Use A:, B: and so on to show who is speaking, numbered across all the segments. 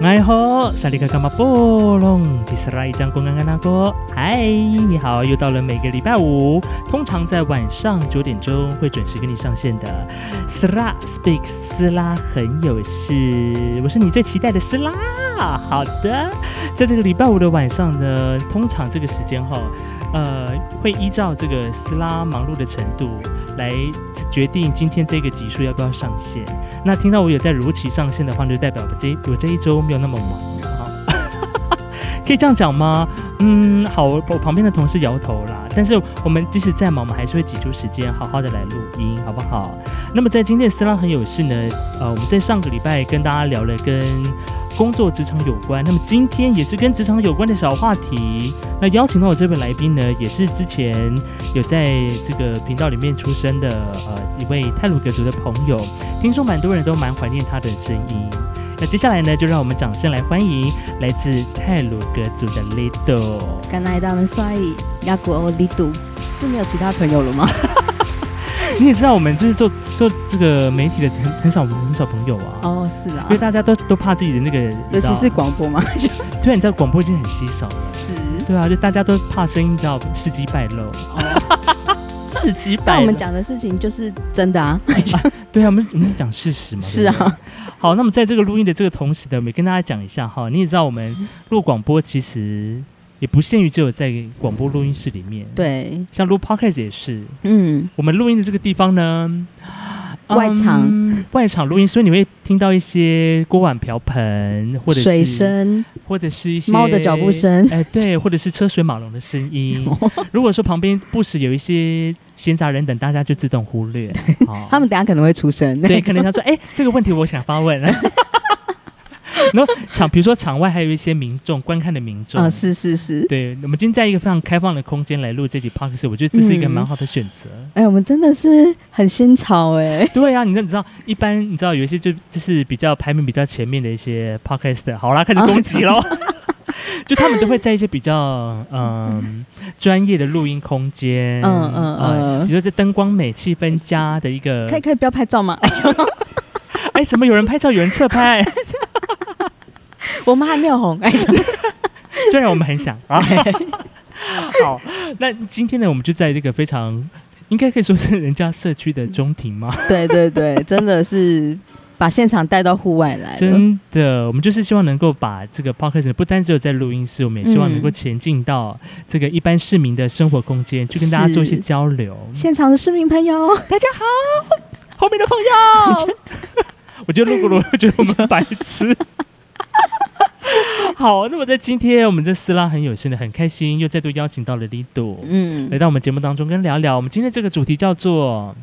A: 爱好萨利卡干嘛波隆，迪斯拉一张公安安那哥，嗨，你好，又到了每个礼拜五，通常在晚上九点钟会准时跟你上线的斯拉 speak 斯拉很有事，我是你最期待的斯拉。好的，在这个礼拜五的晚上呢，通常这个时间哈，呃，会依照这个斯拉忙碌的程度来决定今天这个集数要不要上线。那听到我有在如期上线的话，就代表我这我这一周没有那么忙哦。 可以这样讲吗？嗯，好，我旁边的同事摇头啦。但是我们即使再忙，我们还是会挤出时间好好的来录音，好不好？那么在今天的斯拉很有事呢，呃，我们在上个礼拜跟大家聊了跟工作职场有关，那么今天也是跟职场有关的小话题。那邀请到我这位来宾呢，也是之前有在这个频道里面出生的呃一位泰鲁格族的朋友，听说蛮多人都蛮怀念他的声音。那接下来呢，就让我们掌声来欢迎来自泰鲁格族的 Lido。
B: 刚来到们帅雅古欧里杜，是没有其他朋友了吗？
A: 你也知道，我们就是做做这个媒体的很很少很少朋友啊。
B: 哦，是啦
A: 因为，大家都都怕自己的那个，
B: 尤其是
A: 广，
B: 广播嘛，
A: 对，你知道广播已经很稀少了，
B: 是。
A: 对啊，就大家都怕声音到事机败露， 事机败露。
B: 哦但我们讲的事情就是真的 啊，
A: 对啊，我们我们讲事实嘛。
B: 是
A: 对不对
B: 啊，
A: 好，那么在这个录音的这个同时呢，我们也跟大家讲一下哈，你也知道我们
B: 嗯
A: 录广播其实也不限于只有在广播录音室里面，，
B: 对，
A: 像录 podcast 也是，
B: 嗯，
A: 我们录音的这个地方呢，
B: 外场
A: 嗯外场录音，所以你会听到一些锅碗瓢盆，或者是
B: 水，声、
A: 或者是一些
B: 猫的脚 步。声，哦
A: 哎，对，或者是车水马龙的声音。如果说旁边不时有一些闲杂人等，大家就自动忽略。好
B: 他们等下可能会出声。
A: 对，可能他说：“哎、这个问题我想发问。” 然后场，比如说场外还有一些民众观看的民众
B: 啊，是是是。
A: 对，我们今天在一个非常开放的空间来录这集 podcast，我觉得这是一个
B: 嗯
A: 蛮好的选择。
B: 哎，我们真的是很新潮哎，
A: 对啊，你知道，你知道，一般你知道有一些就就是比较排名比较前面的一些 podcast，好啦，开始攻击喽。
B: 啊
A: 就他们都会在一些比较嗯专业的录音空间，
B: 嗯嗯
A: 呃
B: 嗯
A: 比如说这灯光美、气氛佳的一个，
B: 可以可以不要拍 照吗？哎
A: 哎，怎么有人拍照，有人侧拍？
B: 我们还没有红，哎，
A: 虽然我们很想啊。好，那今天呢，我们就在这个非常应该可以说是人家社区的中庭吗？
B: 对对对，真的是把现场带到户外来了。
A: 真的，我们就是希望能够把这个 podcast 不单只有在录音室，我们也希望能够
B: 嗯
A: 前进到这个一般市民的生活空间，去跟大家做一些
B: 是
A: 交流。
B: 现场的市民朋友，
A: 大家好，后面的朋友，我觉得录过录，觉得我们白痴。好，那么在今天我们这斯拉很有幸的，很开心又再度邀请到了 Lido，
B: 嗯
A: 来，到我们节目当中跟聊聊。我们今天这个主题叫做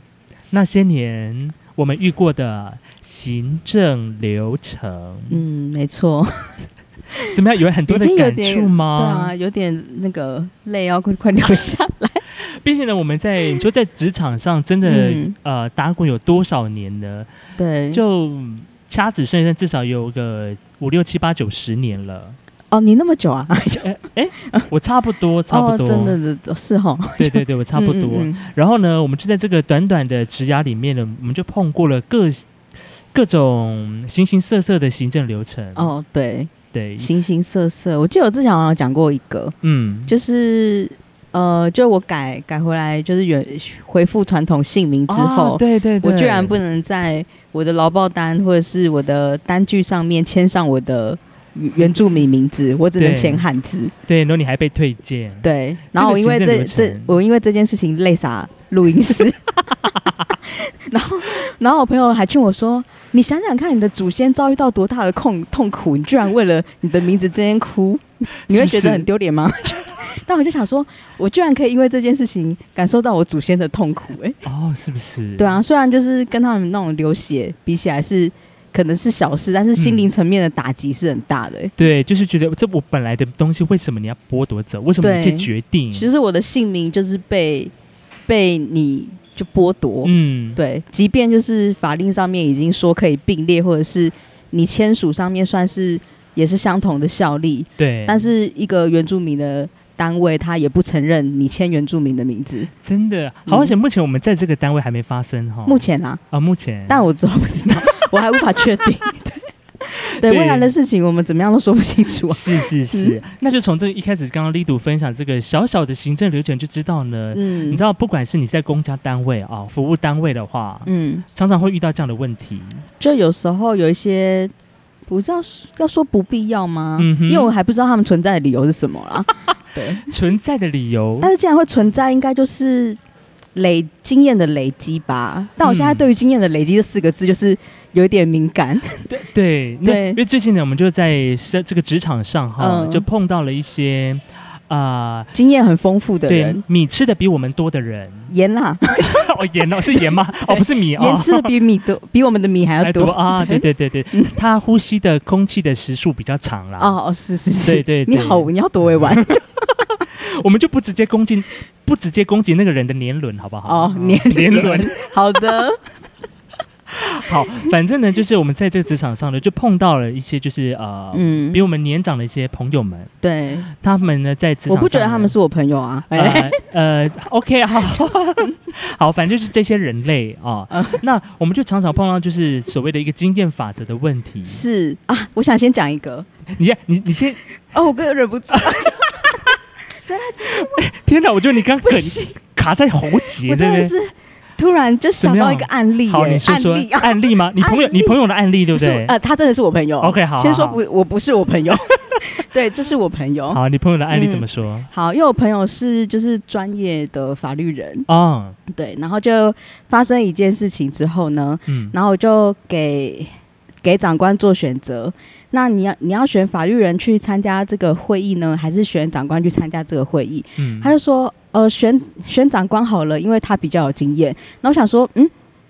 A: 那些年我们遇过的行政流程。
B: 嗯，没错。
A: 怎么样？有很多
B: 已
A: 的
B: 经有
A: 感
B: 点
A: 触
B: 对
A: 吗？
B: 啊，有点那个泪要快快流下来。
A: 毕竟呢，我们在你说在职场上真的、
B: 嗯
A: 呃打滚有多少年呢？
B: 对，
A: 就掐指算一算，至少有个五六七八九十年了。
B: 哦，你那么久啊？
A: 哎哎，我差不多，差不多，
B: 哦、真的的是哈，
A: 对对对，我差不多。
B: 嗯嗯嗯
A: 然后呢，我们就在这个短短的职涯里面呢，我们就碰过了各各种形形色色的行政流程。，
B: 哦，对，
A: 对，
B: 形形色色。我记得我之前好像讲过一个，
A: 嗯，
B: 就是呃，就我改改回来，就是原恢复传统姓名之后。
A: 啊对对对，
B: 我居然不能在我的劳报单或者是我的单据上面签上我的原住民名字，我只能
A: 对
B: 签汉字。
A: 对，然后你还被推荐。
B: 对，然后我因为
A: 这个
B: 这
A: 行政流
B: 这
A: 程
B: 我因为这件事情累傻录音师， 然后然后我朋友还劝我说：“你想想看，你的祖先遭遇到多大的痛痛苦，你居然为了你的名字之间哭，你会觉得很丢脸吗？” 但我就想说，我居然可以因为这件事情感受到我祖先的痛苦、欸，
A: 哦，是不是？
B: 对啊，虽然就是跟他们那种流血比起来是可能是小事，但是心
A: 嗯
B: 灵层面的打击是很大的、欸。
A: 对，就是觉得这我本来的东西，为什么你要剥夺走？为什么你可
B: 对
A: 以决定？
B: 其实我的姓名就是被被你就剥夺，
A: 嗯，
B: 对，即便就是法令上面已经说可以并列，或者是你签署上面算是也是相同的效力，
A: 对，
B: 但是一个原住民的单位他也不承认你签原住民的名字，
A: 真的好，而且
B: 嗯
A: 目前我们在这个单位还没发生哈。
B: 目前啊，
A: 啊，目前，
B: 但我之后不知道，我还无法确定。对
A: 对
B: 对未来的事情，我们怎么样都说不清楚啊。
A: 是是是，那就从这个一开始，刚刚丽杜分享这个小小的行政流程就知道呢。
B: 嗯，
A: 你知道，不管是你在公家单位啊、服务单位的话，
B: 嗯，
A: 常常会遇到这样的问题。
B: 就有时候有一些不知道要说不必要吗？
A: 嗯哼
B: 因为我还不知道他们存在的理由是什么 啦。对，
A: 存在的理由
B: 但是既然会存在，应该就是累经验的累积吧。但我现在
A: 嗯
B: 对于经验的累积这四个字，就是有一点敏 感。
A: 对对那
B: 对
A: 因为最近呢，我们就在这这个职场上哈，
B: 嗯
A: 就碰到了一些啊、
B: 经验很丰富的
A: 对
B: 人，
A: 米吃的比我们多的人。
B: 盐啦，
A: 哦，盐 哦，是盐吗？哦，不是米哦
B: 盐，吃的比米 多，比我们的米还要
A: 还多
B: 多。
A: 啊！对对对对，他呼吸的空气的时数比较长啦。
B: 哦哦，是是是，
A: 对对对
B: 你好，你要多委 婉
A: 我们就不直接攻击，不直接攻击那个人的年轮，好不好？嗯
B: 哦，年
A: 年轮。。
B: 好的，
A: 好，反正呢，就是我们在这个职场上呢，就碰到了一些就是呃，
B: 嗯
A: 比，我们年长的一些朋友们，
B: 对，
A: 他们呢在职场
B: 我
A: 上呢，
B: 不觉得他们是我朋友啊。哎，
A: 呃呃，OK，好 好，反正就是这些人类啊、
B: 嗯
A: 那我们就常常碰到就是所谓的一个经验法则的问题。
B: 是啊，我想先讲一个，
A: 你你你先，
B: 哦，我哥忍不住，
A: 天哪！我 觉得你刚
B: 不
A: 可
B: 行，
A: 卡在喉结，
B: 我
A: 对
B: 真
A: 不对？
B: 的是突然就想到一个案例耶，
A: 好，你是说
B: 案例啊，
A: 案例吗？你朋友
B: 案例
A: 你朋友的案例对
B: 不
A: 不
B: 是
A: 对？
B: 呃，他真的是我朋友。
A: OK，好
B: 先
A: 好
B: 说
A: 好
B: 不，我不是我朋友， 对，这是我朋友。
A: 好，你朋友的案例
B: 嗯
A: 怎么说？
B: 好，因为我朋友是就是专业的法律人，
A: 哦，
B: 对，然后就发生一件事情之后呢，
A: 嗯，
B: 然后我就给给长官做选择。那你要你要选法律人去参加这个会议呢，还是选长官去参加这个会议？
A: 嗯
B: 他就说，呃，选选长官好了，因为他比较有经验。然后我想说，嗯，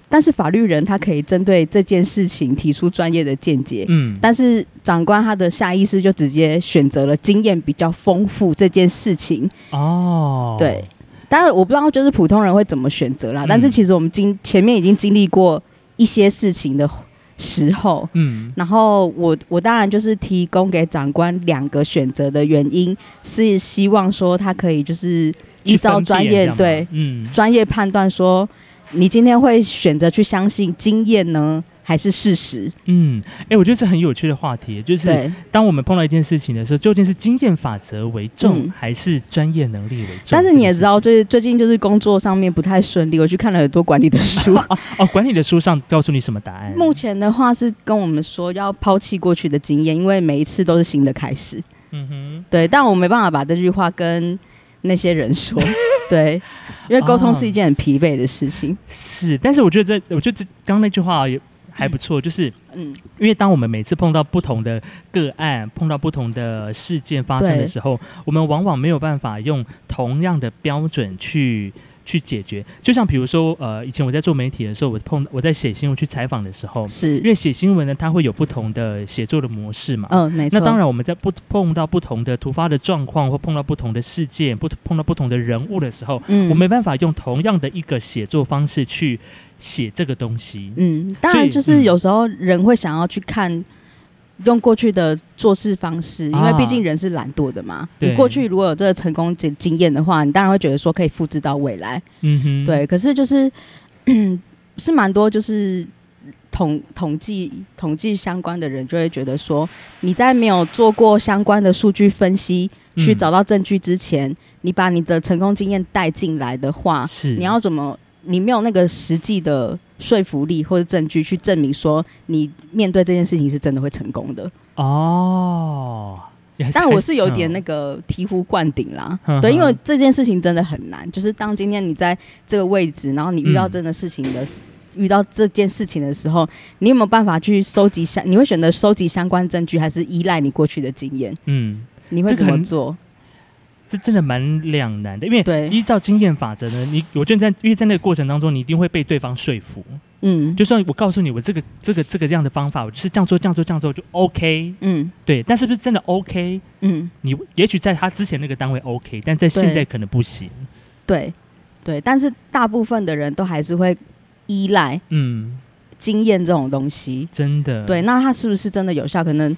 B: 但是法律人他可以针对这件事情提出专业的见解，
A: 嗯，
B: 但是长官他的下意识就直接选择了经验比较丰富这件事情。
A: 哦，
B: 对，当然我不知道就是普通人会怎么选择啦，
A: 嗯
B: 但是其实我们经前面已经经历过一些事情的时候。
A: 嗯，
B: 然后我我当然就是提供给长官两个选择的原因，是希望说他可以就是依照专业
A: 去分辨
B: 对，
A: 这样吗嗯
B: 专业判断说，你今天会选择去相信经验呢，还是事实？
A: 嗯嗯，哎、我觉得这很有趣的话题，就是
B: 对，
A: 当我们碰到一件事情的时候，究竟是经验法则为重，
B: 嗯
A: 还是专业能力为重？
B: 但是你也知道，
A: 这
B: 就是最近就是工作上面不太顺利，我去看了很多管理的 书。
A: 个事情哦，管理的书上告诉你什么答案？
B: 目前的话是跟我们说要抛弃过去的经验，因为每一次都是新的开始。
A: 嗯
B: 对，但我没办法把这句话跟那些人 说。对，因为沟
A: 哦
B: 通是一件很疲惫的事情
A: 哼，。是，但是我觉得这，我觉得这刚刚那句话也还不 错，就是。
B: 嗯，
A: 因为当我们每次碰到不同的个案、碰到不同的事件发生的时候，我们往往没有办法用同样的标准去去解决。就像比如说，呃，以前我在做媒体的时候，我碰我在写新闻去采访的时候，
B: 是
A: 因，为写新闻呢，它会有不同的写作的模式嘛。
B: 嗯，没错。
A: 那当，然，我们在不碰到不同的突发的状况，或碰到不同的事件，不碰到不同的人物的时候，
B: 嗯，
A: 我没办法用同样的一个写作方式去写这个东西。
B: 嗯，当
A: 所以
B: 然就是
A: 嗯
B: 有时候人会想要去看用过去的做事方式，因为
A: 啊
B: 毕竟人是懒惰的嘛。
A: 对
B: 你过去如果有这个成功经经验的话，你当然会觉得说可以复制到未来。
A: 嗯哼，
B: 对，可是就是 嗯是蛮多就是。统统计统计相关的人就会觉得说，你在没有做过相关的数据分析，
A: 嗯，
B: 去找到证据之前，你把你的成功经验带进来的话，
A: 是
B: 你要怎么？你没有那个实际的说服力或者证据去证明说你面对这件事情是真的会成功的。
A: 哦，也还
B: 但我是有点那
A: 个，
B: 个醍醐灌顶啦，
A: 嗯
B: 对，
A: 嗯
B: 因为这件事情真的很难。就是当今天你在这个位置，然后你遇到
A: 嗯
B: 真的事情的。遇到这件事情的时候，你有没有办法去收集相？你会选择收集相关证据，还是依赖你过去的经验？
A: 嗯，
B: 你会
A: 这个
B: 怎么
A: 很
B: 做？
A: 这真的蛮两难的，因为
B: 对
A: 依照经验法则呢，你我觉得在因为在那个过程当中，你一定会被对方说服。
B: 嗯，
A: 就算我告诉你我这个这个这个这样的方法，我就是这样做这样做这样做就 OK，
B: 嗯
A: 对，但是不是真的 OK？
B: 嗯，
A: 你也许在他之前那个单位 OK，但在现
B: 对
A: 在可能不行。
B: 对对，但是大部分的人都还是会依赖
A: 嗯，
B: 经验这种东西。
A: 真的，
B: 对，，那它是不是真的有效？可能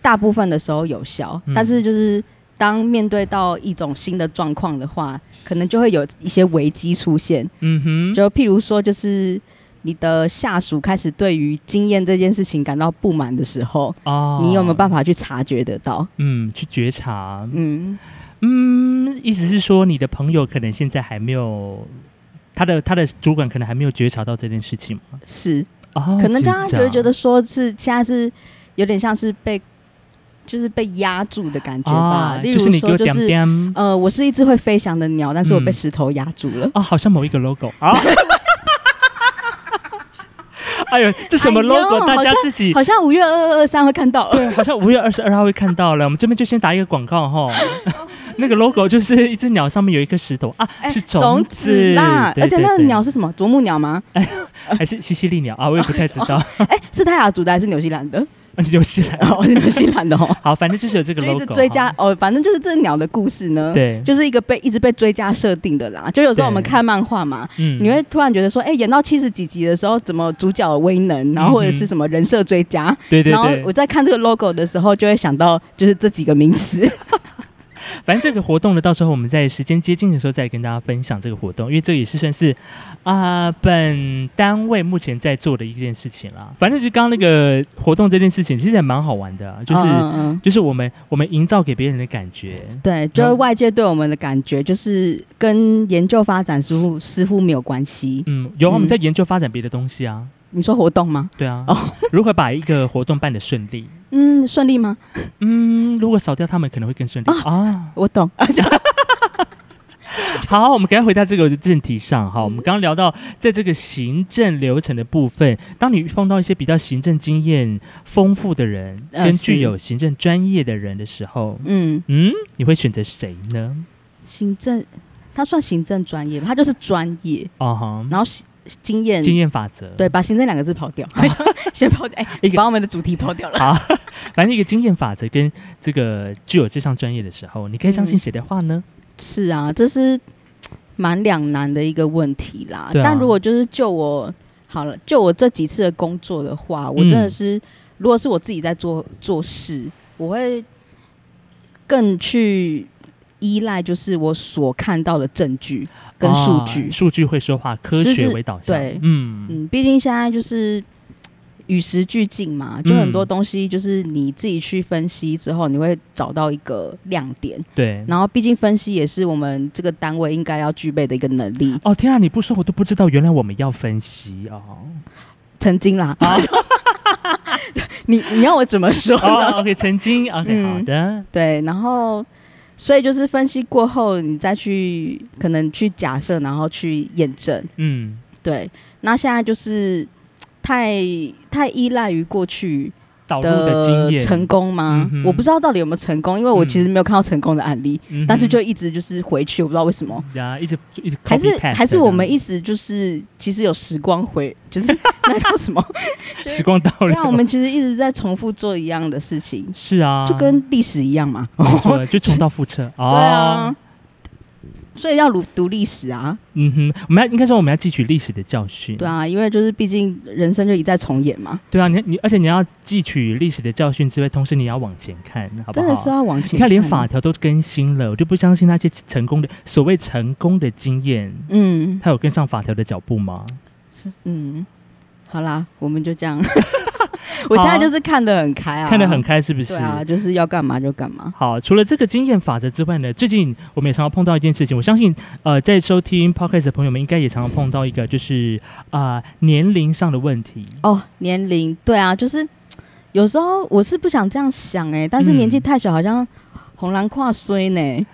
B: 大部分的时候有效，
A: 嗯
B: 但是就是当面对到一种新的状况的话，可能就会有一些危机出现。
A: 嗯哼，
B: 就譬如说，就是你的下属开始对于经验这件事情感到不满的时候，
A: 哦，
B: 你有没有办
A: 法？
B: 法去察觉得到？
A: 嗯，去觉察。
B: 嗯，
A: 嗯，意思是说你的朋友可能现在还没有，他的他的主管可能还没有觉察到这件事情吗？
B: 是，
A: 哦，
B: 可能大家
A: 是
B: 觉
A: 这
B: 得
A: 样
B: 觉得说是现在是有点像是被就是被压住的感觉吧，
A: 啊，
B: 例
A: 就
B: 如
A: 是你给
B: 说
A: 我
B: 就
A: 点
B: 是。
A: 点
B: 呃，我是一只会飞翔的鸟，但是我被
A: 嗯
B: 石头压住了。
A: 啊，好像某一个 logo 啊。 哎呦，这什么
B: 哎呦
A: logo？、大家自己
B: 好像五月二二三会看到，
A: 对，好像五月二十二号会看到了。我们这边就先打一个广告 哈。那个 logo 就是一只鸟，上面有一颗石头啊，
B: 哎
A: 是
B: 种
A: 子
B: 啦，
A: 对
B: 而且
A: 对
B: 那个
A: 对
B: 鸟是什么？啄木鸟吗？
A: 还是西西里鸟啊，我也不太知道。
B: 哎，是泰雅族的还是纽西兰的？
A: 啊纽西兰
B: 哦，纽西兰的哦，
A: 好，反正就是有 这个
B: 就一直
A: logo
B: 追
A: 哈
B: 加哦，反正就是这鸟的故事呢，
A: 对，
B: 就是一个被一直被追加设定的啦。就有时候我们
A: 对
B: 看漫画嘛，
A: 嗯
B: 你会突然觉得说，哎、演到七十几集的时候，怎么主角的威能，然后或者是什么人设追加，
A: 嗯对对
B: 然后
A: 对
B: 我，在看这个 logo 的时候，就会想到就是这几个名词。
A: 反正这个活动呢，到时候我们在时间接近的时候再跟大家分享这个活动，因为这也是算是啊、本单位目前在做的一件事情啦。反正就刚刚那个活动这件事情，其实也蛮好玩的啊、就是、
B: 嗯嗯嗯
A: 就是我们我们营造给别人的感觉，
B: 对，就是外界对我们的感觉，就是跟研究发展似乎似乎没有关系。
A: 嗯，有啊我们
B: 嗯
A: 在研究发展别的东西啊，
B: 你说活动吗？
A: 对啊，
B: 哦
A: 如何把一个活动办得顺利，
B: 嗯，顺利吗？
A: 嗯，如果少掉他们可能会更
B: 哦
A: 顺利啊
B: 我懂。
A: 好，我们赶快回到这个正题上
B: 嗯
A: 哈。我们刚刚聊到，在这个行政流程的部分，当你碰到一些比较行政经验丰富的人，
B: 呃
A: 跟
B: 是
A: 具有行政专业的人的时候，
B: 嗯，
A: 嗯，你会选择谁呢？
B: 行政，他算行政专业吗，他就是专业，
A: 哦哈，
B: 然后行经验
A: 经验法则，
B: 对，，把“行政”两个字抛 掉，先抛掉，哎、
A: 一个
B: 把我们的主题抛掉了。
A: 好，反正一个经验法则跟这个具有这项专业的时候，你可以相信
B: 嗯
A: 谁的话呢？
B: 是啊，这是蛮两难的一个问题啦。
A: 对啊
B: 但如果就是就我好了，就我这几次的工作的话，我
A: 嗯
B: 真的是，如果是我自己在做做事，我会更去依赖就是我所看到的证据跟数据
A: 啊。数据会说话，科
B: 是
A: 学
B: 是
A: 为导向，
B: 对
A: 嗯，
B: 嗯，毕竟现在就是。与时俱进嘛，就很多
A: 嗯
B: 东西就是你自己去分析之后，你会找到一个亮点。
A: 对。
B: 然后，毕竟分析也是我们这个单位应该要具备的一个能 力。
A: 哦天啊！你不说我都不知道，原来我们要分析 哦。
B: 曾经啦，
A: 啊
B: 你你要我怎么说呢？
A: 哦，OK，曾经，OK，、
B: 嗯
A: 好的，
B: 对，然后所以就是分析过后，你再去可能去假设，然后去验证。
A: 嗯，
B: 对，那现在就是太太依赖于过去
A: 导入的经验
B: 成功吗？
A: 嗯哼嗯
B: 我不知道到底有没有成功，因为我其实没有看到成功的案例，
A: 嗯哼
B: 但是就一直就是回去，我不知道为什么。
A: 呀，一直就一直 copy
B: 还是
A: paste
B: 还是我们
A: 这样
B: 一直就是，其实有时光回， 就是那 叫什么？就是
A: 时光倒流，
B: 对啊，我们其实一直在重复做一样的事情，
A: 是啊，
B: 就跟历史一样嘛。
A: 没错，就重蹈覆辙啊，
B: 对啊
A: 哦，，
B: 所以要读读历史啊，
A: 嗯哼，我们要应该说我们要汲取历史的教训，
B: 对啊，因为就是毕竟人生就一再重演嘛，
A: 对啊，你你而且你要汲取历史的教训之外，同时你要往前看，好不
B: 真
A: 好？
B: 的是啊要往前。
A: 你看，连法，条都更新了，我就不相信那些成功的所谓成功的经验，
B: 嗯
A: 他有跟上法条的脚步吗？
B: 嗯，好啦，我们就 这样。我现在就是看得很开啊，
A: 看得很，开，是不是？
B: 对啊，就是要干嘛就干嘛。
A: 好，除了这个经验法则之外呢，最近我们也常常碰到一件事情，我相信呃，在收听 podcast 的朋友们应该也常常碰到一个就是啊、呃年龄上的问题。
B: 哦，年龄，对啊，就是有时候我是不想这样想哎、但是年纪
A: 嗯
B: 太小，好像红蓝跨衰呢、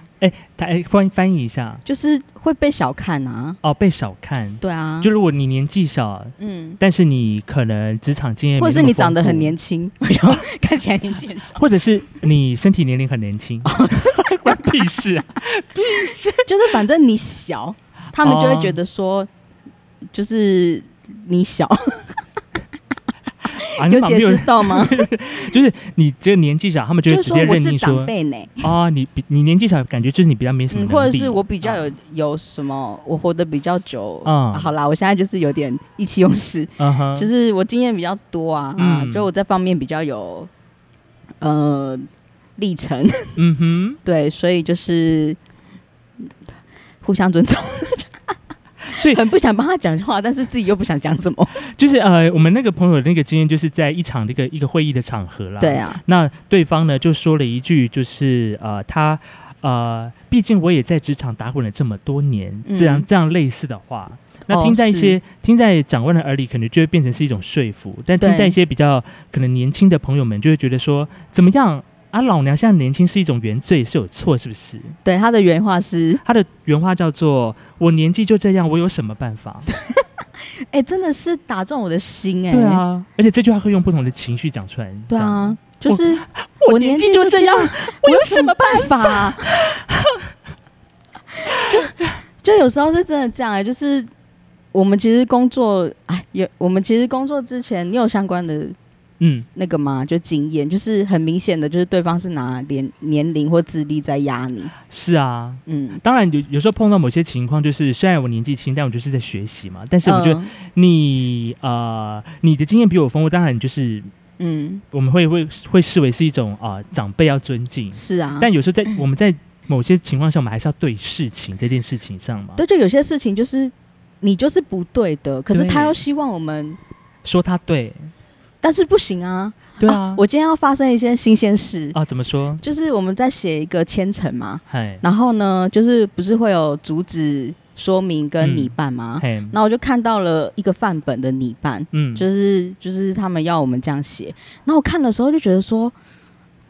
A: 它哎翻翻译一下
B: 就是会被小看啊。
A: 哦，被小看。
B: 对啊，
A: 就如果你年纪小，
B: 嗯，
A: 但是你可能职场经验，
B: 或者是你长得很，年轻，然后看起来年 纪很小，
A: 或者是你身体年龄很年 轻，关屁事啊！
B: 就是反正你小，他们就会觉得说，就是你小，
A: 啊，
B: 有
A: 你
B: 解
A: 没有
B: 释，到吗？
A: 就是你这个年纪小，他 们就会
B: 就是
A: 直
B: 说
A: 接
B: 我
A: 认
B: 是
A: 定
B: 长
A: 说
B: 辈呢，
A: 啊，你比你年纪小，感觉就是你比较没什么
B: 嗯，
A: 能力，
B: 或者是我比较
A: 啊
B: 有有什么，我活得比较久。
A: 嗯
B: 啊好啦，我现在就是有点意气用事，
A: 嗯哼，
B: 就是我经验比较多啊，啊
A: 嗯
B: 就我这方面比较有呃历程，
A: 嗯哼。
B: 对，所以就是嗯互相尊重。
A: 所以
B: 很不想帮他讲话，但是自己又不想讲什么。
A: 就是呃，我们那个朋友的那个经验，就是在一场那个一个会议的场合啦。
B: 对。啊，
A: 那 对方呢就说了一句，就是呃，他呃，毕竟我也在职场打滚了这么多年，这样
B: 嗯
A: 这样类似的话。那
B: 哦
A: 听在一
B: 是
A: 些、听在长官的耳里，可能就会变成是一种说服；但听
B: 对
A: 在一些比较可能年轻的朋友们，就会觉得说，怎么样啊？老娘现在年轻是一种原罪，是有错是不是？
B: 对他的原话是：
A: 他的原话叫做“我年纪就这样，我有什么办法
B: 哎、真的是打中我的心哎、”。
A: 对，啊，而且这句话会用不同的情绪讲出来。
B: 对
A: 这样，
B: 啊，就是
A: 我
B: 年
A: 年纪
B: 纪
A: 就这
B: 这
A: 样，，
B: 我有什么办法？ 就就有时候是真的这样哎、就是我们其实工作，哎，也我们其实工作之前，你有相关的
A: 嗯，
B: 那个吗？就经验，就是很明显的，就是对方是拿年年龄或资历在压你，
A: 是啊。
B: 嗯，
A: 当然有有时候碰到某些情况，就是虽然我年纪轻，但我就是在学习嘛。但是我觉得
B: 嗯
A: 你、呃，你的经验比我丰富，当然你就是
B: 嗯
A: 我们会会会视为是一种啊、呃长辈要尊敬。
B: 是啊，
A: 但有时候在我们在某些情况下，我们还是要对事情这件事情上嘛，
B: 对，就有些事情就是你就是不对的，可是
A: 对
B: 他又希望我们，
A: 说他对，
B: 但是不行啊。
A: 对啊，
B: 啊我今天要发生一些新鲜事，
A: 啊怎么说？
B: 就是我们在写一个签程嘛，
A: 嘿，
B: 然后呢，就是不是会有主旨说明跟拟办
A: 嗯
B: 吗？
A: 嘿，
B: 那我就看到了一个范本的拟办，
A: 嗯，
B: 就是就是他们要我们这样写。那我看的时候就觉得说，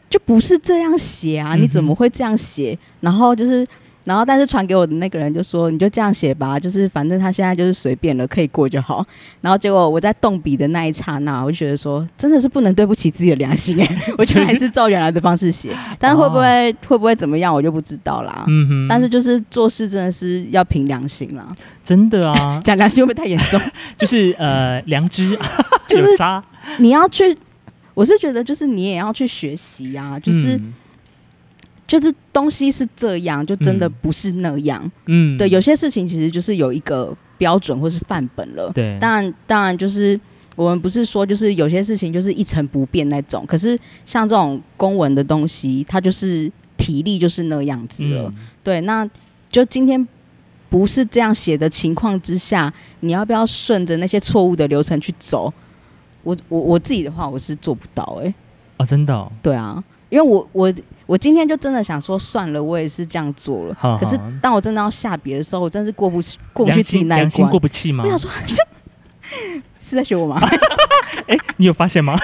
B: 就不是这样写啊，
A: 嗯哼
B: 你怎么会这样写？然后就是，然后但是传给我的那个人就说，你就这样写吧，就是反正他现在就是随便了，可以过就好。然后结果我在动笔的那一刹那，我就觉得说，真的是不能对不起自己的良心哎、 我觉得还是照原来的方式写，但是会不会、会不会怎么样，我就不知道啦。
A: 哦嗯哼，
B: 但是就是做事真的是要凭良心啦，，
A: 真的啊
B: 讲良心会不会太严重？
A: 就是呃，良知
B: 就是
A: 有渣，
B: 你要去，我是觉得就是你也要去学习呀、就是、
A: 嗯
B: 就是东西是这样，就真的
A: 嗯
B: 不是那样。
A: 嗯
B: 对，有些事情其实就是有一个标准或是范本了。
A: 对，
B: 当然，当然就是我们不是说就是有些事情就是一成不变那种，可是像这种公文的东西，它就是体力就是那样子了。
A: 嗯
B: 对，那就今天不是这样写的情况之下，你要不要顺着那些错误的流程去走？我我我自己的话，我是做不到哎、
A: 哦，真的哦，
B: 对啊，因为我我我今天就真的想说算了，我也是这样做了。
A: 好
B: 可是
A: 好
B: 当我真的要下笔的时候，我真是过不去过不去
A: 良
B: 自己
A: 心
B: 那一
A: 良心
B: 关
A: 过。不去吗
B: 我？想说， 是在学我吗？
A: 哎，你有发现吗？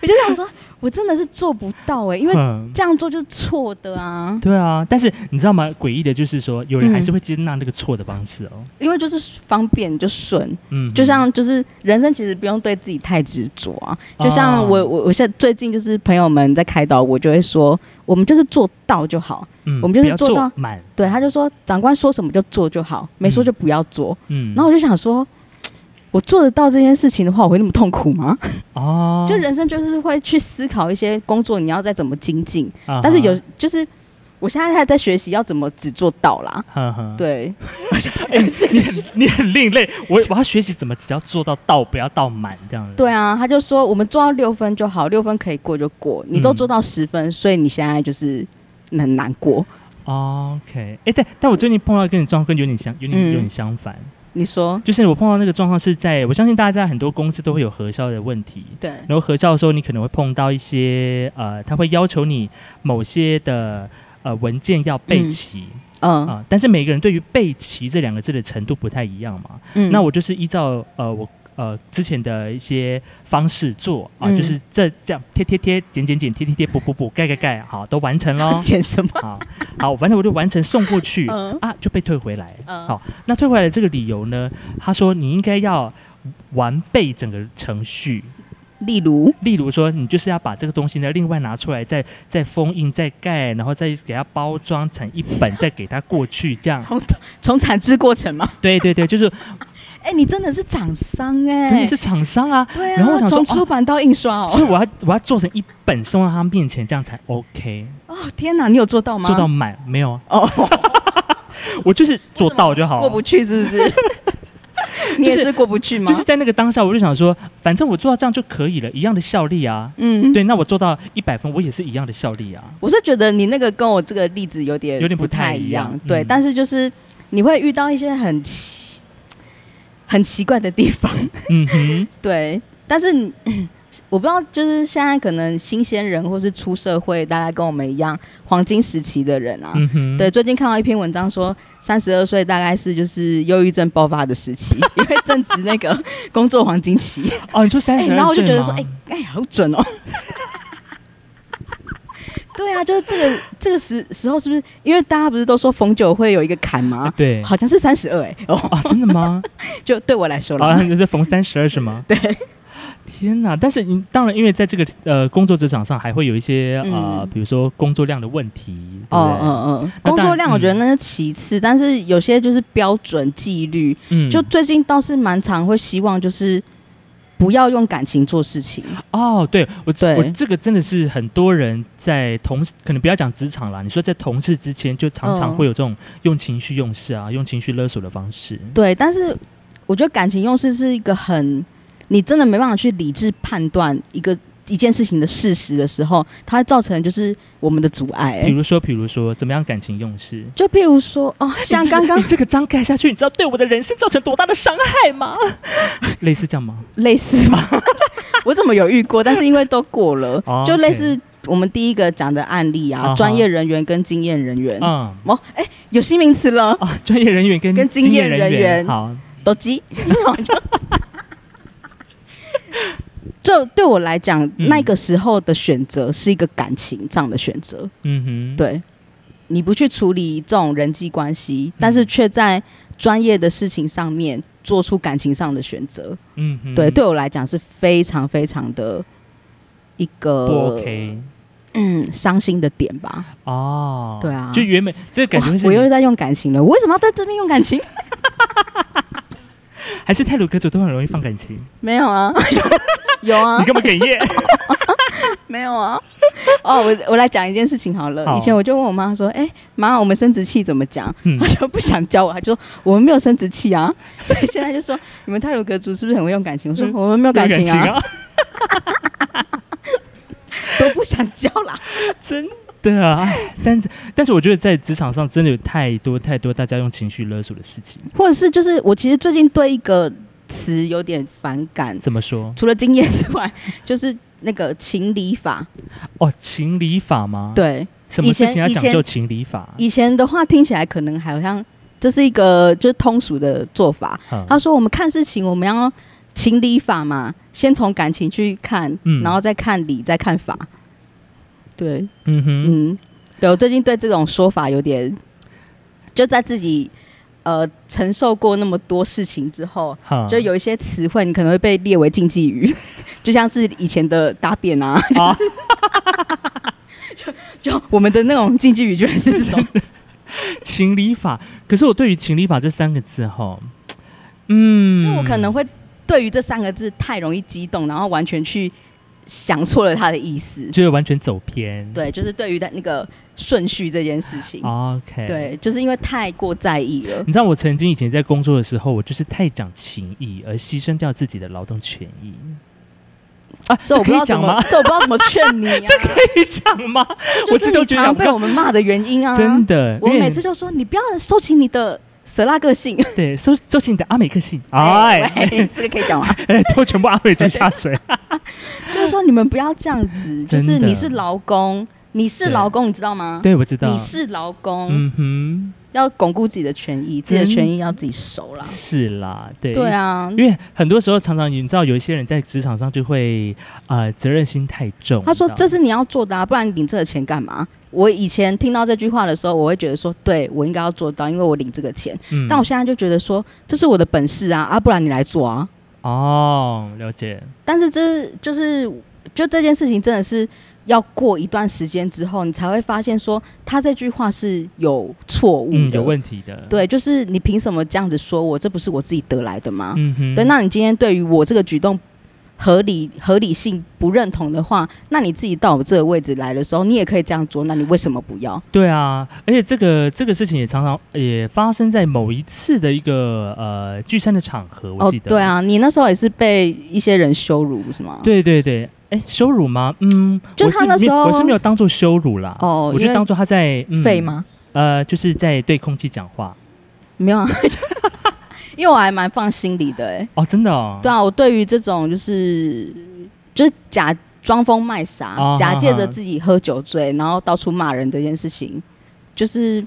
B: 我就想说，我真的是做不到哎、因为
A: 嗯，
B: 这样做就是错的啊，
A: 对啊，但是你知道吗？诡异的就是说，有人
B: 嗯
A: 还是会接纳那个错的方式哦。
B: 因为就是方便就顺。
A: 嗯，
B: 就像就是人生其实不用对自己太执着啊，
A: 哦
B: 就像我我我现在最近就是朋友们在开导我，就会说我们就是做到就好。
A: 嗯
B: 我们就是
A: 不要
B: 做
A: 做
B: 到
A: 满，
B: 对，他就说长官说什么就做就好，没说就不要做。
A: 嗯
B: 然后我就想说，我做得到这件事情的话，我会那么痛苦吗？
A: 哦，
B: 就人生就是会去思考一些工作你要再怎么精进，
A: 啊哈，
B: 但是有就是我现在还在学习要怎么只做到啦。
A: 呵呵，哎
B: 对，
A: 你很你很另类，我我要学习怎么只要做到到不要到满这样子。
B: 对啊，他就说我们做到六分就好，六分可以过就过，你都
A: 嗯
B: 做到十分，所以你现在就是很难过。
A: OK，哎，但但我最近碰到跟你状况有点相，有点
B: 嗯
A: 有点相反，
B: 你说
A: 就是我碰到那个状况是在我相信大家在很多公司都会有核销的问题，
B: 对，
A: 然后合照的时候，你可能会碰到一些呃，他会要求你某些的呃文件要备齐啊、
B: 嗯
A: 但是每个人对于“备齐”这两个字的程度不太一样嘛。
B: 嗯
A: 那我就是依照呃我呃之前的一些方式做啊、
B: 嗯。
A: 就是这这样贴贴贴、剪剪剪、贴贴贴、补补补、盖盖盖，好，都完成喽
B: 剪什么？
A: 好好，反正我就完成送过去、
B: 嗯
A: 啊，就被退回来。
B: 嗯
A: 好，那退回来的这个理由呢，他说你应该要完备整个程序。
B: 例如，
A: 例如说，你就是要把这个东西呢，另外拿出来，再再封印、再盖，然后再给它包装成一本，再给它过去，这 样。
B: 从从产制过程嘛。
A: 对对对，就是
B: 哎、你真的是掌商哎、
A: 真的是厂商啊。
B: 对啊。
A: 然后我想说
B: 从出版到印刷
A: 所
B: 哦，
A: 以我要我要做成一本送到他面前，这样才 OK。
B: 哦天哪，你有做到吗？
A: 做到满没有？啊
B: 哦，
A: 我就是做到就好了。
B: 过不去是不是？ 你也是过不去吗？
A: 就是在那个当下，我就想说，反正我做到这样就可以了，一样的效力啊。
B: 嗯，
A: 对，那我做到一百分，我也是一样的效力啊。
B: 我是觉得你那个跟我这个例子有点
A: 有点不
B: 不
A: 太
B: 太
A: 一
B: 一
A: 样
B: 样，对，
A: 嗯
B: 但是就是你会遇到一些很奇很奇怪的 地方。
A: 嗯哼，
B: 对，但是你 我不知道，就是现在可能新鲜人或是出社会，大家跟我们一样黄金时期的人啊。
A: 嗯哼，
B: 对，最近看到一篇文章说，三十二岁大概是就是忧郁症爆发的时期，因为正值那个工作黄金期。
A: 哦，你说三
B: 哎，
A: 十二岁
B: 然后我就觉得
A: 吗
B: 说，哎、哎、好准哦。 对啊，就是这个这个时时候，是不是因为大家不是都说逢九会有一个坎吗？
A: 对，
B: 好像是三十二哎，哦，
A: 啊，真的 吗？
B: 就对我来说
A: 啊，
B: 了，
A: 你是逢三十二是吗？对。天哪！但是你当然，因为在这个呃工作职场上，还会有一些、呃，
B: 嗯
A: 比如说工作量的问题，对不对？
B: 哦嗯嗯，
A: 那
B: 工
A: 当
B: 作
A: 然
B: 量我觉得那是其次，但是有些就是标准纪律，
A: 嗯
B: 就最近倒是蛮常会希望就是不要用感情做事情，
A: 哦，对我
B: 对
A: 我这个真的是很多人在同事，可能不要讲职场啦，你说在同事之间，就常常
B: 嗯
A: 会有这种用情绪用事啊，用情绪勒索的方式。
B: 对，但是我觉得感情用事是一个很你真的没办法去理智判断一个一件事情的事实的时候，它会造成就是我们的阻碍、
A: 比
B: 欸
A: 如说，比如说，怎么样感情用事？
B: 就譬如说哦，像刚 刚
A: 你这个章盖下去，你知道对我的人生造成多大的伤害 吗？类似这样吗？
B: 类似吧， 我怎么有遇过？但是因为都过了
A: 哦，
B: 就类
A: OK
B: 似我们第一个讲的案例
A: 啊哈
B: 啊，专业人员跟经验人员。
A: 嗯，
B: 哦，哎、有新名词了，
A: 啊，专业人员跟
B: 跟
A: 经
B: 经
A: 验
B: 验
A: 人
B: 人
A: 员
B: 员
A: 好，
B: 斗鸡。就对我来讲，
A: 嗯
B: 那个时候的选择是一个感情上的选择。
A: 嗯哼，，
B: 对，你不去处理这种人际关系，但
A: 嗯
B: 是却在专业的事情上面做出感情上的选择。
A: 嗯哼，
B: 对，对我来讲是非常非常的一
A: 不
B: 个
A: OK
B: 嗯伤心的点吧。
A: 哦，
B: 对啊
A: 就原本这个感觉
B: 哇
A: 会是
B: 我
A: 你
B: 又在用感情了，我为什么要在这边用感情？
A: 还是泰鲁格族都很容易放感情，
B: 没有啊， 有啊
A: 你，干嘛哽咽？
B: 没有啊。哦，我我来讲一件事情好了。
A: 好
B: 以前我就问我妈说：“哎、妈，我们生殖器怎么讲？”
A: 嗯
B: 她就不想教我，她就说：“我们没有生殖器啊。”所以现在就说：“你们泰鲁格族是不是很会用感情？”我说
A: 嗯：“
B: 我们没有感情啊，
A: 啊，
B: 都不想教啦。
A: 真的啊。唉但是但是，我觉得在职场上真的有太多太多大家用情绪勒索的事情。”
B: 或者是就是我其实最近对一个词有点反感，
A: 怎么说？
B: 除了经验之外，就是那个情理法。
A: 哦，情理法吗？，
B: 对，
A: 什么
B: 以
A: 事
B: 前
A: 情要
B: 以
A: 讲
B: 前
A: 究情理法？
B: 以前的话听起来可能好像这是一个就是通俗的做法，
A: 嗯
B: 他说我们看事情，我们要情理法嘛，先从感情去看，
A: 嗯
B: 然后再看理，再看法。对，
A: 嗯哼，
B: 嗯，对我最近对这种说法有点，就在自己呃承受过那么多事情之后。
A: 好
B: 就有一些词汇，你可能会被列为禁忌语， 就像是以前的打扁啊，
A: 啊，
B: 就我们的那种禁忌语，居然是这种。
A: 情理法。可是我对于情理法这三个字，哈，嗯，
B: 就我可能会对于这三个字太容易激动，然后完全去想错了它的意思。
A: 就是完全走偏。
B: 对，就是对于在那个顺序这件事情，
A: 哦，OK，。
B: 对，就是因为太过在意了。
A: 你知道我曾经以前在工作的时候，我就是太讲情义，而牺牲掉自己的劳动权 益。啊，
B: 这我
A: 可
B: 不知
A: 以
B: 道怎
A: 讲
B: 么
A: 吗？，
B: 这我不知道怎么劝你啊！ 这可
A: 可以讲吗？我自己都觉得讲
B: 常
A: 不
B: 被
A: 到
B: 我们骂的原因啊。
A: 真，的，
B: 我
A: 因为
B: 每次就说你不要收起你的蛇拉个性。
A: 对收收起你的阿美克 性， 哎，
B: 喂，这个可以讲吗？
A: 哎都全部阿美族下 水，
B: 就是说你们不要这样子，就
A: 真
B: 是
A: 的
B: 你是劳工，你是
A: 对
B: 劳工，你知道吗？
A: 对我知道
B: 你，是劳工，
A: 嗯
B: 要巩固自己的权益，自己的
A: 真
B: 权益要自己守啦
A: 哼，。是啦，对，
B: 啊对。啊，
A: 因为很多时候，常常你知道，有一些人在职场上就会，呃，责任心太重。
B: 他说
A: 你：“知道
B: 这是你要做的、啊，不然你领这个钱干嘛？”我以前听到这句话的时候，我会觉得说，对我应该要做到，因为我领这个钱。
A: 嗯
B: 但我现在就觉得说，这是我的本事啊，啊，不然你来做啊。
A: 哦，了解，
B: 但是这就是就这件事情，真的是要过一段时间之后，你才会发现说，他这句话是有错误的，
A: 嗯，有问题的，，
B: 对，就是你凭什么这样子说我？这不是我自己得来的吗？
A: 嗯哼，
B: 啊对，那你今天对于我这个举动合理合理性不认同的话，那你自己到我这个位置来的时候，你也可以这样做，那你为什么不要？
A: 对啊，而且这个这个事情也常常也发生在某一次的一个呃聚餐的场合，我
B: 哦
A: 记，得。
B: 对，啊，你那时候也是被一些人羞辱是吗？，
A: 对对对，哎，羞辱吗？嗯，
B: 就
A: 我
B: 他
A: 是
B: 那
A: 没
B: 时候
A: 我是没有当做羞辱啦，
B: 哦
A: 我
B: 因
A: 就
B: 为
A: 当做他在嗯
B: 废？吗？
A: 嗯呃，就是在对空气讲话。
B: 没有啊， 因为我还蛮放心里的哎、
A: 哦，真的哦，
B: 对啊，我对于这种就是就是假装疯卖傻，
A: 哦
B: 假借
A: 哈哈
B: 着自己喝酒醉，然后到处骂人这件事情，就是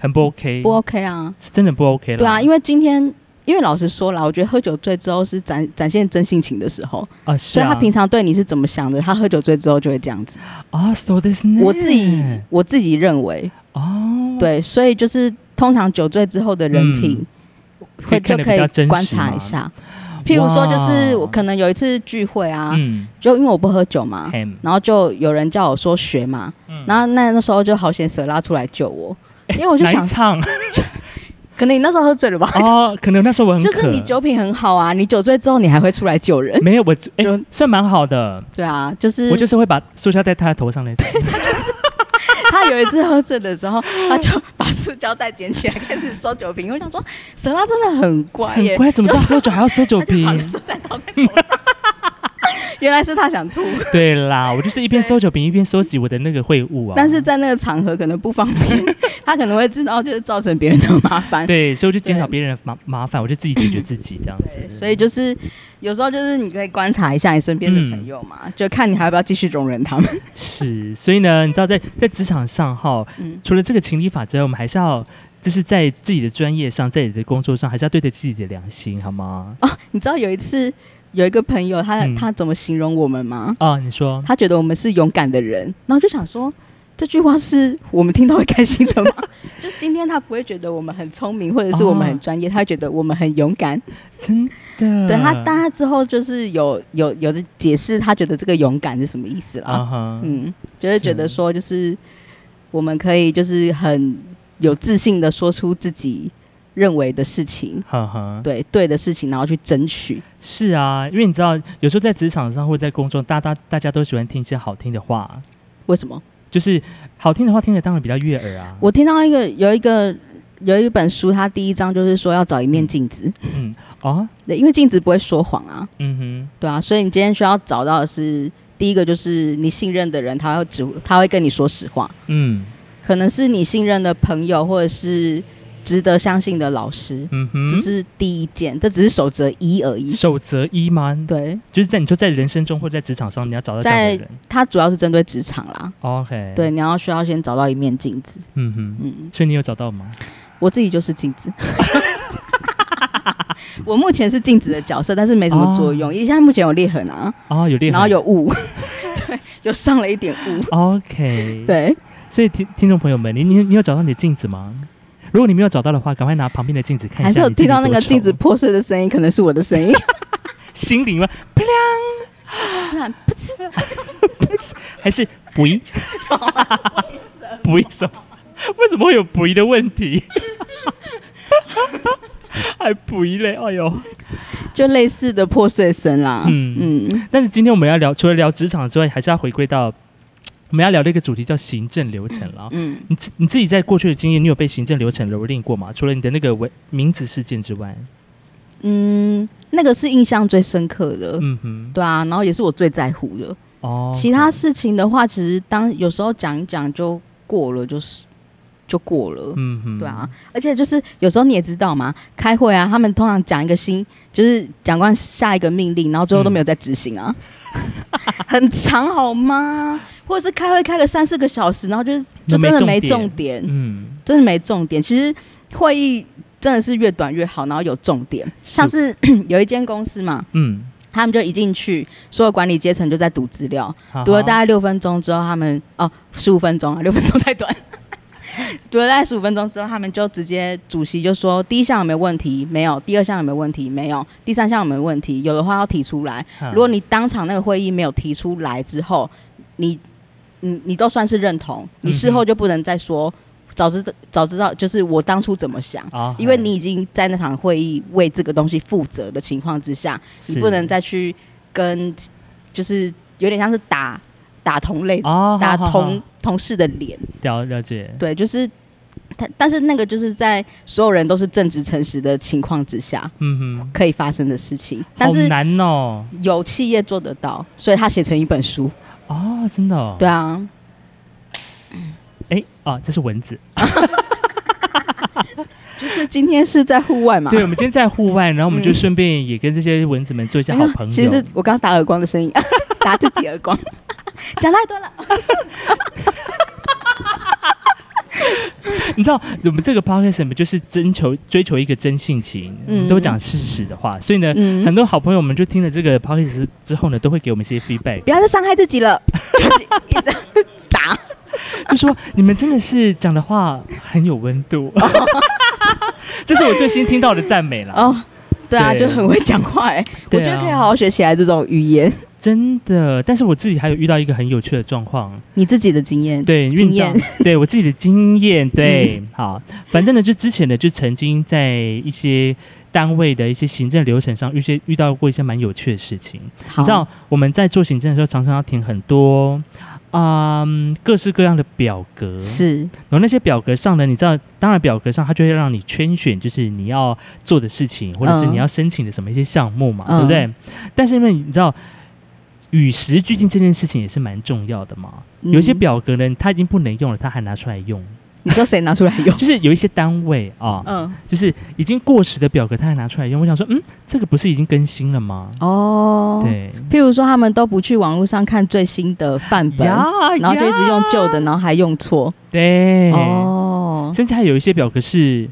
A: 很不 OK，
B: 不 OK 啊。
A: 是真的不 OK 了。
B: 对啊，因
A: 为
B: 为今天。因为老实说啦，我觉得喝酒醉之后是展展现真性情的时候，
A: 啊，是
B: 所以
A: 啊，
B: 他平常对你是怎么想的，他喝酒醉之后就会这样子。
A: 啊，so this
B: 我自己我自己认为，
A: 哦，
B: 对，所以就是通常酒醉之后的人品，
A: 可以
B: 会
A: 嗯看
B: 就
A: 得
B: 可
A: 比较真
B: 以
A: 实
B: 观察
A: 嘛
B: 一下。譬如说，就是
A: 哇
B: 我可能有一次聚会啊，
A: 嗯
B: 就因为我不喝酒嘛，
A: ，ham，
B: 然后就有人叫我说学嘛，
A: 嗯
B: 然后那那时候就好险蛇拉出来 救我，因为我就
A: 哪
B: 想
A: 一， 场
B: 可能你那时候喝醉了吧，
A: 哦，可能那时候我很
B: 就是
A: 渴
B: 你酒品很好啊，你酒醉之后你还会出来救人，
A: 没有我哎
B: 就
A: 算蛮好的，
B: 对啊，就是
A: 我就是会把塑胶带他的头上那种。
B: 他有一次喝醉的时候，他就把塑胶袋捡起来开始收酒瓶，我想说蛇拉真的很乖耶，
A: 很乖，怎么知道喝酒 还要收酒
B: 他就把那
A: 瓶？
B: 塑胶袋倒在头上， 原来是他想 吐，
A: 对啦，我就是一边收酒瓶一边收集我的那个秽物啊。
B: 但是在那个场合可能不方 便，他可能会知道就是造成别人的麻烦，
A: 对，所以我就减少
B: 对
A: 别人的麻麻烦，我就自己解决自己这样子
B: 对，。所以就是有时候就是你可以观察一下你身边的朋友嘛，就看你还要不要继续容忍他们。
A: 是，所以呢，你知道在在职场上哈，
B: 嗯，
A: 除了这个情理法之外，我们还是要就是在自己的专业上，在你的工作上，还是要对得起自己的良心，好吗？
B: 你知道有一次有一个朋友他、
A: 嗯
B: 他怎么形容我们吗？
A: 啊，你说
B: 他觉得我们是勇敢的人，然后我就想说。这句话是我们听到会开心的 吗？就今天他不会觉得我们很聪明，或者是我们很专业，他会觉得我们很勇敢。
A: 真的？
B: 对他，但他之后就是有有有的解释，他觉得这个勇敢是什么意思啦。
A: 啊哈，
B: 嗯，就会觉得
A: 是
B: 说，就是我们可以就是很有自信的说出自己认为的事情，
A: 哈哈，
B: 对对的事情，然后去争取。
A: 是啊，因为你知道，有时候在职场上或者在工作，大大大家都喜欢听一些好听的话，
B: 为什么？
A: 就是好听的话听起来当然比较悦耳啊。
B: 我听到一个有一个有一本书，它第一章就是说要找一面镜子，
A: 嗯哦，
B: 对，因为镜子不会说谎啊，
A: 嗯哼。
B: 对啊，所以你今天需要找到的是第一个就是你信任的人，他会只他会跟你说实话，
A: 嗯
B: 可能是你信任的朋友，或者是值得相信的老师。
A: 嗯哼，
B: 这是第一件，这只是守则一而已。
A: 守则一吗？
B: 对，
A: 就是在你说在人生中或在职场上，你要找到这样的
B: 在
A: 人。
B: 它主要是针对职场啦。
A: OK，，
B: 对，你要需要先找到一面镜子。
A: 嗯哼，
B: 嗯，
A: 所以你有找到吗？
B: 我自己就是镜 子。我目前是镜子的角色，但是没什么作用。因为现在目前有裂痕啊，
A: 哦，有哦裂痕，嗯
B: 然 后有雾，对，有上了一点雾。
A: 哦 OK，，
B: 对，
A: 所以听听众朋友们，你你你有找到你的镜子吗？如果你没有找到的话，赶快拿旁边的镜子看
B: 还
A: 一
B: 是
A: 下
B: 有
A: 你自己
B: 听
A: 多丑。
B: 到那个镜子破碎的声音，可能是我的 声音。
A: 心灵吗？
B: 突然
A: 还是不一？不一什么？为什么会有不一的问题？ 还不一嘞，哎呦！
B: 就类似的破碎声啦。
A: 嗯
B: 嗯
A: 但是今天我们要聊，除了聊职场之外，还是要回归到我们要聊的一个主题，叫行政流程了。
B: 嗯，
A: 你自你自己在过去的经验，你有被行政流程蹂躏过吗？除了你的那个文名字事件之外，
B: 嗯，那个是印象最深刻的。
A: 嗯哼，
B: 对啊，然后也是我最在乎的。
A: 哦，
B: 其他事情的话，其实当有时候讲一讲就过了，就是就过了。
A: 嗯哼，
B: 对啊，，而且就是有时候你也知道嘛，开会啊，他们通常讲一个新，就是长官下一个命令，然后最后都没有在执行啊， 很长好吗？或者是开会开个三四个小时，然后就是就真的没重点，
A: 嗯，
B: 真的没重点。其实会议真的是越短越好，然后有重点。像是 有一间公司嘛，
A: 嗯，
B: 他们就一进去，所有管理阶层就在读资料，
A: 好
B: 读了
A: 好
B: 大概六分钟之后，他们哦十五分钟啊，六 分钟太短。读了大概十五分钟之后，他们就直接主席就说：第一项有没有问题？没有。第二项有没有问题？没有。第三项有没有问题？有的话要提出来。
A: 哈
B: 如果你当场那个会议没有提出来之后，你你你都算是认同，你事后就不能再说早知早知道就是我当初怎么想，
A: 啊
B: 因为你已经在那场会议为这个东西负责的情况之下，你不能再去跟，就是有点像是打打同类、
A: 啊
B: 打
A: 好好
B: 同
A: 好
B: 同事的脸，
A: 了了解，
B: 对，就是他，但是那个就是在所有人都是正直诚实的情况之下
A: 嗯哼，
B: 可以发生的事情，但
A: 好
B: 是
A: 难哦，
B: 有企业做得到，所以他写成一本书，
A: 哦，真的、哦，
B: 对，啊，
A: 哎啊，这是蚊子，
B: 就是今天是在户外嘛。
A: 对，我们今天在户外，然后我们就
B: 啊嗯
A: 顺便也跟这些蚊子们做一下
B: 哎
A: 好
B: 呀，
A: 朋友。
B: 其实是我刚刚打耳光的声 音，打自己耳光， 讲太多了。
A: 你知道，我们这个 podcast 我们就是征求追求一个真性情，
B: 嗯
A: 都讲事实的话，所以呢，
B: 嗯
A: 很多好朋友们就听了这个 podcast 之后呢，都会给我们一些 feedback，
B: 不要再伤害自己了，就是一直打。
A: 就说你们真的是讲的话很有温 度， 这是我最新听到的赞美了。
B: 哦，对啊，
A: 对
B: 就很会讲话哎、我
A: 对啊
B: 觉得可以好好学起来这种语言。
A: 真的，但是我自己还有遇到一个很有趣的状况，
B: 你自己的经验，
A: 对
B: 嗯经验，嗯
A: 运动 对我自己的经验，对，好，反正呢，就之前呢，就曾经在一些单位的一些行政流程上，遇些遇到过一些蛮有趣的事情。
B: 好
A: 你知道我们在做行政的时候，常常要填很多，嗯，各式各样的表格。
B: 是
A: 然后那些表格上呢，你知道，当然表格上它就会让你圈选，就是你要做的事情，或者是
B: 嗯
A: 你要申请的什么一些项目嘛，
B: 嗯
A: 对不对？但是因为你知道，与时俱进这件事情也是蛮重要的嘛。嗯有一些、表格呢，它已经不能用了，它还拿出来 用，
B: 嗯你说谁拿出来用？
A: 就是有一些单位啊，
B: 嗯，
A: 就是已经过时的表格，它还拿出来用。我想说，嗯，这个不是已经更新了吗？
B: 哦，，
A: 对。
B: 譬如说他们都不去网络上看最新的范本，然后就一直用旧的，然后还用错。
A: 对，
B: 哦
A: 甚至还有一些表格是，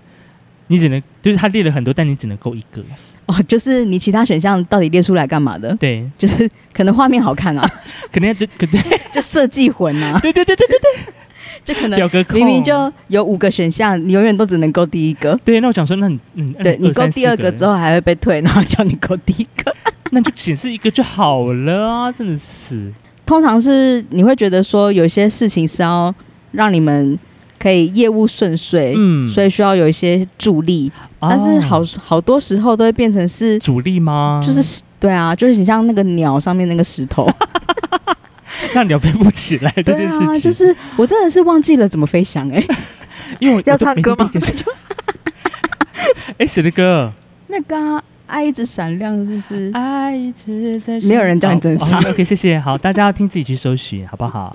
A: 你只能就是它列了很多，但你只能勾一个。
B: 哦，就是你其他选项到底列出来干嘛的？
A: 对，
B: 就是可能画面好看 啊，
A: 可能要对可对
B: 就设计混啊，
A: 对对对对对
B: 就可
A: 对，
B: 能
A: 表格控
B: 明明就有五个选项，你永远都只能勾第一个。
A: 对。那我想说，那你嗯，那
B: 对你勾第二
A: 个
B: 个之，后还会被退，然后叫你勾第一个。
A: 那就显示一个就好了啊！真的是，
B: 通常是你会觉得说，有些事情是要让你们可以业务顺遂，
A: 嗯
B: 哎
A: 哦
B: 所
A: 以
B: 以需要有一些助力。但是好好多时候都会变成是，
A: 阻力吗？
B: 就是对啊，就是你像那个鸟上面那个石头，
A: 让鸟飞不起来 这
B: 对
A: 件事
B: 啊，
A: 情，
B: 就是我真的是忘记了怎么飞翔哎、
A: 因为我
B: 要唱歌吗？
A: 我都没那个哎，谁的歌？
B: 那个啊爱一直闪亮，就是
A: 爱一直在身
B: 没有人叫你真傻
A: 哦哦 OK，谢谢。好，大家要听自己去搜寻，好不好？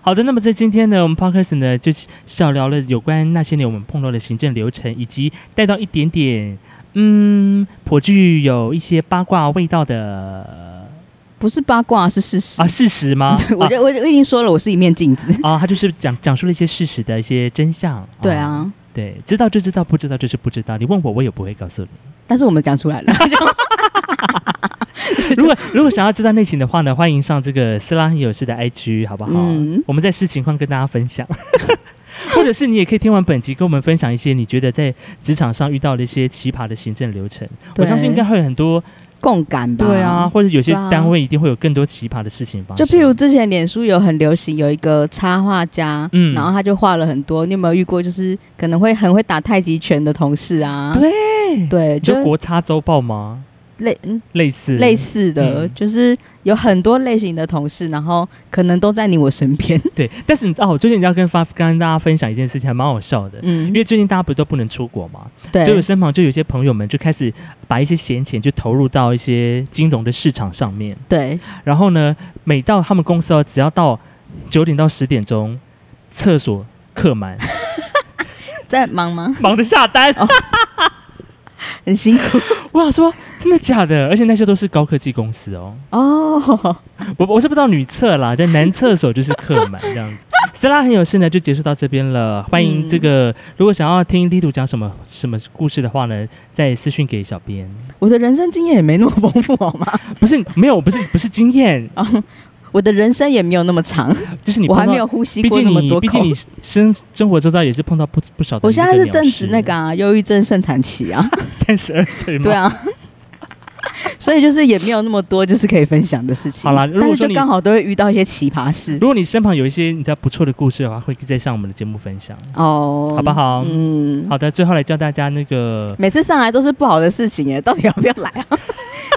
A: 好的，那么在今天呢，我们 Podcast 呢就是少聊了有关那些年我们碰到的行政流程，以及带到一点点嗯颇具有一些八卦味道的
B: 不是八卦是事实 ？
A: 啊。事实吗
B: 对我
A: 啊
B: 就我我已经说了，我是一面镜子。
A: 啊，他就是讲讲述了一些事实的一些真相。
B: 对，啊，
A: 对，知道就知道，不知道就是不知道。你问我，我也不会告诉你。
B: 但是我们讲出 来了，
A: 如果如果想要知道内情的话呢，欢迎上这个斯拉很有事的 IG，好不好？
B: 嗯
A: 我们在视情况跟大家分享， 或者是你也可以听完本集，跟我们分享一些你觉得在职场上遇到的一些奇葩的行政流程。我
B: 对
A: 相信应该会有很多，
B: 共感吧？
A: 对啊，，或者有些
B: 对啊
A: 单位一定会有更多奇葩的事情发
B: 就
A: 生。
B: 譬如之前脸书有很流行有一个插画家，
A: 嗯
B: 然后他就画了很多。你有没有遇过就是可能会很会打太极拳的同事啊？
A: 对
B: 对，
A: 你说
B: 就
A: 国差周报吗？
B: 类嗯
A: 类似
B: 类，似的，
A: 嗯
B: 就是有很多类型的同事，然后可能都在你我身边。
A: 对。但是你知道，我最近要跟发跟大家分享一件事情，还蛮好笑的。
B: 嗯
A: 因，为最近大家不都不能出国嘛，
B: 对
A: 所以我身旁就有些朋友们就开始把一些闲钱就投入到一些金融的市场上面。
B: 对，
A: 然后呢，每到他们公司哦，只要到九点到十点钟，厕所客满，
B: 在忙吗？
A: 忙着下单。
B: 很辛苦
A: 我想说，真的假的？而且那些都是高科技公司哦，
B: 哦。
A: 我我是不知道女厕啦，但男厕所就是客满这样子。斯拉很有事呢，就结束到这边了。欢迎
B: 嗯
A: 这个，如果想要听丽图讲什么什么故事的话呢，再私讯给小编。
B: 我的人生经验也没那么丰富，好吗？
A: 不是没有，不是不是经验，
B: 我的人生也没有那么长，
A: 就是你
B: 我
A: 碰
B: 还没
A: 到，
B: 有呼吸
A: 毕
B: 过
A: 竟
B: 那么
A: 你
B: 多
A: 毕竟
B: 口
A: 你。生生活周遭也是碰到不不少的。
B: 我现在是正值那个啊，忧郁症盛产期啊，
A: 三十二岁吗？
B: 对啊， 所以就是也没有那么多就是可以分享的事情。
A: 好啦如果
B: 但是
A: 说
B: 就
A: 你
B: 刚好都会遇到一些奇葩事
A: 如果你身旁有一些你知道不错的故事的话，会再上我们的节目分享。
B: 哦，
A: 好不好
B: 嗯，
A: 好的，最后来教大家那个，
B: 每次上来都是不好的事情耶， 到底要不要来啊？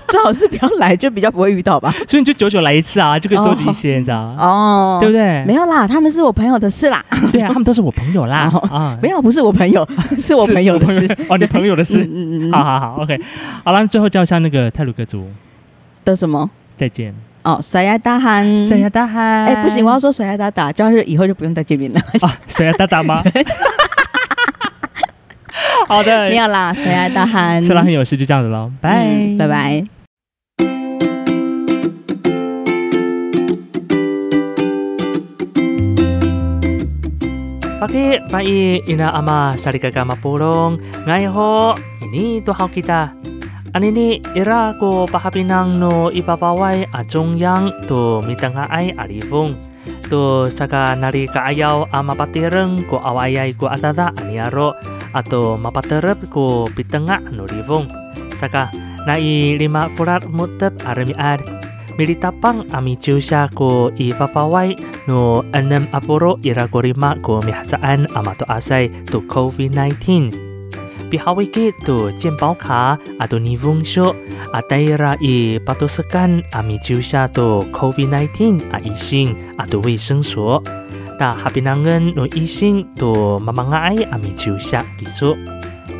B: 最好是不要来，就比较不会遇到 吧。
A: 所以你就久久来一次啊，就可以收集一些，你知道吗？
B: 哦，
A: 对不对？
B: 没有啦，他们是我朋友的事啦，
A: 对啊，他们都是我朋友啦
B: 哦
A: 啊，
B: 没有不是我朋友， 是 我
A: 是
B: 朋友的事。
A: 哦，你朋友的事。
B: 嗯嗯嗯
A: 好
B: 嗯，
A: 好好，OK，好了，最后教一下那个泰鲁格族，
B: 的什么？
A: 再见，
B: 哦，甩牙大喊，
A: 水呀大喊，
B: 哎、不行，我要说甩牙打打，
A: 啊
B: 这样就以后就不用再见面了。
A: 啊，水呀大大吗？好的
B: 没，有啦，谁爱大喊？
A: 斯拉很有事就这样子喽，拜、
B: 嗯拜。拜。
A: Pakai pai ina ama sarikaga mapulong. Ngayon ho, ini tuhaw kita. Anini ira ko pahabinang no ipapaway atong yang to mitanga ay alifong. To saka nari kaayaw ang mapatirang ko awayay ko atata aniaro ato mapaterap ko pitanga no rifong. Saka nai lima purat mutep aramiad. Militapang ami siya ko ipapaway no enam apuro ira korima ko mihasaan amato asay to COVID-19. Pihawi ki to jianbao ka ato ni vongsho ataira i patusakan ami jiusha to COVID-19 a ising ato weiseng so. Ta habinangan no ising to mamangai ami jiusha kiso.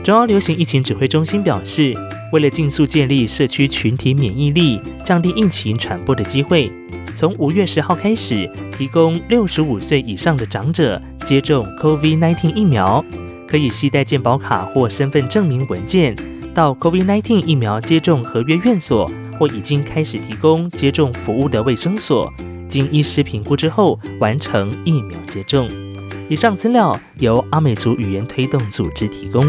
A: 中央流行疫情指挥中心表示，为了尽速建立社区群体免疫力，降低疫情传播的机会，从五月十号开始，提供六十五岁以上的长者接种 COVID-19 疫苗，可以携带健保卡或身份证明文件到 COVID-19 疫苗接种合约院所或已经开始提供接种服务的卫生所，经医师评估之后完成疫苗接种。以上资料由阿美族语言推动组织提供。